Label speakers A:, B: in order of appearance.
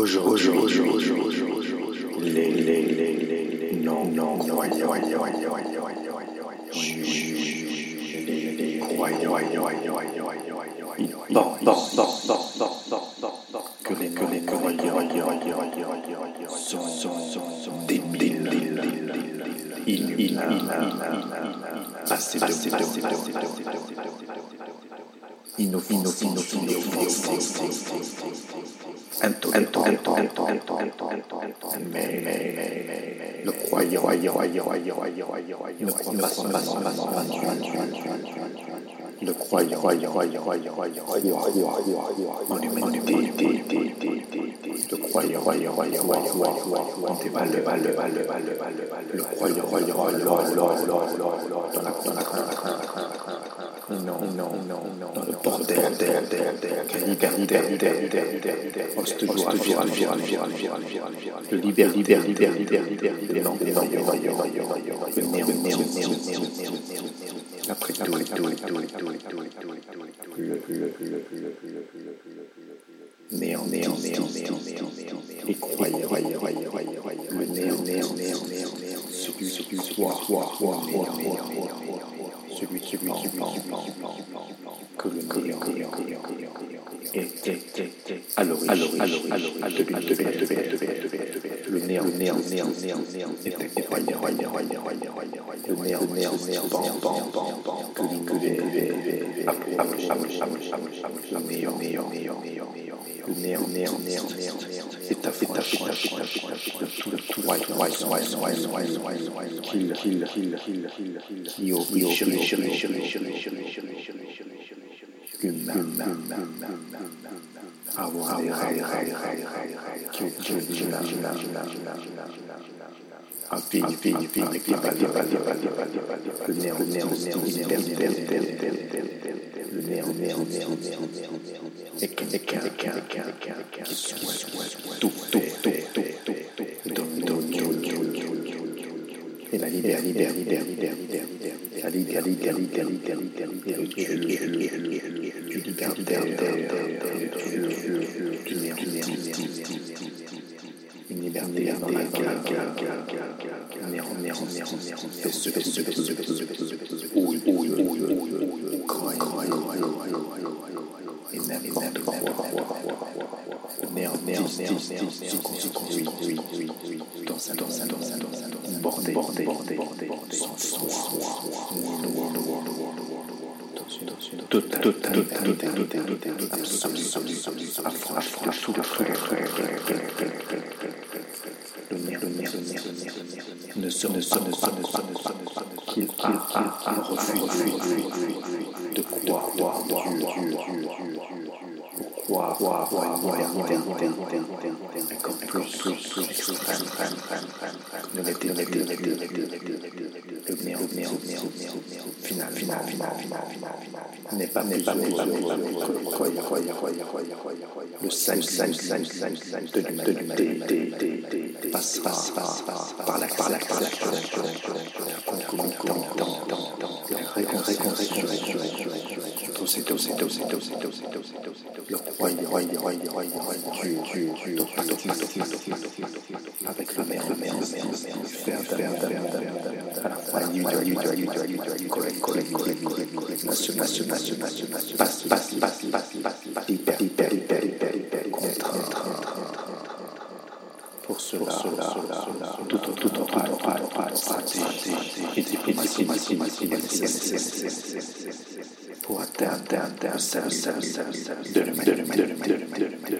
A: Aujourd'hui, les, les, les, non, non, croyants, les croyants, bon, bon, bon, bon, bon, bon, bon, bon, que les, que les croyants sont, sont, sont débiles, inhumains, passés de inoffensifs, intolérants, mais le croyant ne croit pas seulement en Dieu. Le croyant croit en l'humanité. Le croyant en tes valeurs. Le croyant dans la contrainte. Non, non, non, dans le bordel, toujours le libère, libère, libère, libère, libère, libère, le après tout, le, le, le, néant, néant, néant, néant, néant, et croyant, le néant, néant, néant, néant, celui, celui, celui, celui, que le néant, néant, néant, est, est, est, à l'origine, de l'univers, le néant, néant, néant, néant, néant, était croyant, le néant, néant, néant, ban, ban, ban, ban, que l'univers le néant, néant, néant, le néant, néant, néant, est à fait, à fait, à fait, à fait, à fait, de tout le croyant, qu'il, qu'il, qu'il, qui oblige, humain, avoir des rêves, qui oblige l'humain, à vivre, vivre, vivre, vivre, vivre, vivre, le néant, néant, néant, néant, néant, le néant, néant, néant, néant, et qu'un, et qu'un, et qu'un, et qu'un, et qu'un, qui souhaite tout, tout, tout, tout, tout, donne, donne, donne, donne, et la libère, libère, libère, libère, libère, la libère, libère, libère, libère, libère, libère, le Dieu, le Dieu, le Dieu, le Dieu, du libertaire, du Dieu, du néant, néant, néant, une liberté dans laquelle néant, néant, néant, fait ce, fait ce, fait ce, fait ce, fait ce, fait ce, oui, oui, oui, oui, croyez, croyez, et n'importe quoi, néant, néant, néant, se construit dans un, dans un, dans un, dans un, bordé, bordé, bordé, sans soir, totale, totale, totale, totale, absolue, affranche, tout le le nerf, le nerf, le nerf, le nerf, le nerf, ne se ne se ne se ne se ne se qu'il a a a refuse de croire croire croire croire croire croire comme plus plus plus extrême ne mettez mettez mettez le nerf le nerf le nerf final final final final final n'est pas n'est pas n'est pas n'est pas le sale sale sale sale sale de l'humanité passe, passe, passe, par la par la par la avec la mer, la mer, la mer, à la fois passe, passe, passe, passe, hyper, hyper, hyper, hyper, pour cela, tout en tout en tout en stratégie et pour atteindre de